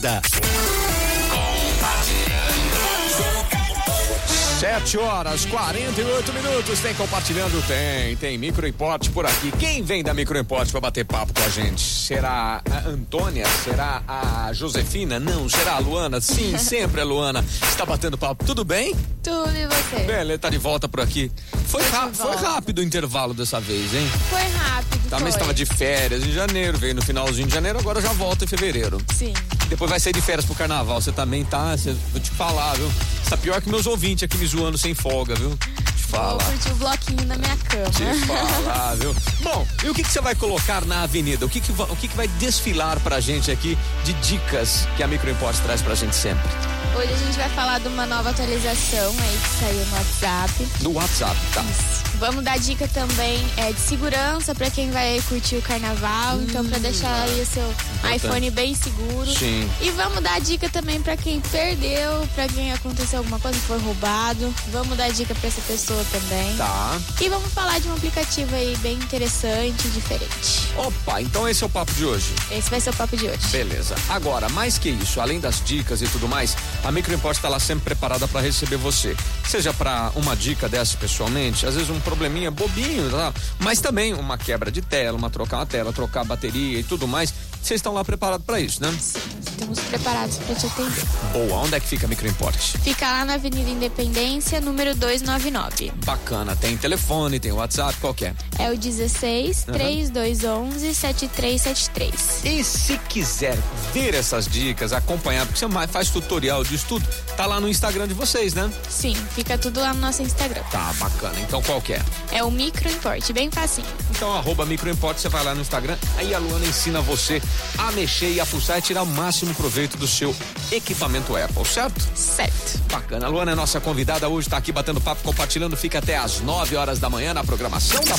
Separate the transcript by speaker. Speaker 1: 30. 7 horas 48 minutos. Tem compartilhando? Tem, tem microimporte por aqui. Quem vem da microimporte para bater papo com a gente? Será a Antônia? Será a Josefina? Não, será a Luana? Sim, sempre a Luana. Está batendo papo. Tudo bem?
Speaker 2: Tudo e você?
Speaker 1: Bela, tá de volta por aqui. Foi,
Speaker 2: Tô Tá de
Speaker 1: ra- foi
Speaker 2: volta.
Speaker 1: rápido o intervalo dessa vez, hein?
Speaker 2: Foi rápido.
Speaker 1: Também
Speaker 2: foi.
Speaker 1: estava Tá, de férias em janeiro, veio no finalzinho de janeiro, agora já volta em fevereiro.
Speaker 2: Sim.
Speaker 1: Depois vai sair de férias pro carnaval. Você também tá, cê, vou te falar, viu? Você tá pior que meus ouvintes aqui me zoando sem folga, viu? Te
Speaker 2: Vou
Speaker 1: falar.
Speaker 2: curtir o bloquinho na minha
Speaker 1: Te
Speaker 2: cama.
Speaker 1: falar, viu? Bom, e o que que você vai colocar na avenida? O que que, va- o que que vai desfilar pra gente aqui de dicas que a Microimporte traz pra gente sempre?
Speaker 2: Hoje a gente vai falar de uma nova atualização aí que saiu no WhatsApp.
Speaker 1: No WhatsApp, tá?
Speaker 2: Vamos dar dica também é, de segurança pra quem vai curtir o carnaval, então pra deixar aí o seu iPhone bem seguro.
Speaker 1: Hum. Sim.
Speaker 2: E vamos dar dica também pra quem perdeu, pra quem aconteceu alguma coisa, foi roubado. Vamos dar dica pra essa pessoa também.
Speaker 1: Tá.
Speaker 2: E vamos falar de um aplicativo aí bem interessante, diferente.
Speaker 1: Opa, então esse é o papo de hoje.
Speaker 2: Esse vai ser o papo de hoje.
Speaker 1: Beleza. Agora, mais que isso, além das dicas e tudo mais, a Microimport está lá sempre preparada para receber você. Seja para uma dica dessa pessoalmente, às vezes um probleminha bobinho, tá? mas também uma quebra de tela, uma trocar uma tela, trocar a bateria e tudo mais. Vocês estão lá preparados para isso, né?
Speaker 2: Estamos preparados pra te atender.
Speaker 1: Boa, onde é que fica a Microimport?
Speaker 2: Fica lá na Avenida Independência, número 299.
Speaker 1: Bacana, tem telefone, tem WhatsApp, qualquer.
Speaker 2: É o 16 3211 7373.
Speaker 1: E se quiser ver essas dicas, acompanhar, porque você ma- faz tutorial disso tudo, tá lá no Instagram de vocês, né?
Speaker 2: Sim, fica tudo lá no nosso Instagram.
Speaker 1: Tá, bacana. Então qualquer.
Speaker 2: É o Micro Import, bem facinho.
Speaker 1: Então, arroba microimporte, você vai lá no Instagram, aí a Luana ensina você a mexer e a pulsar e tirar o máximo proveito do seu equipamento Apple, certo?
Speaker 2: Certo.
Speaker 1: Bacana. A Luana é nossa convidada hoje, tá aqui batendo papo, compartilhando, fica até às 9 horas da manhã na programação da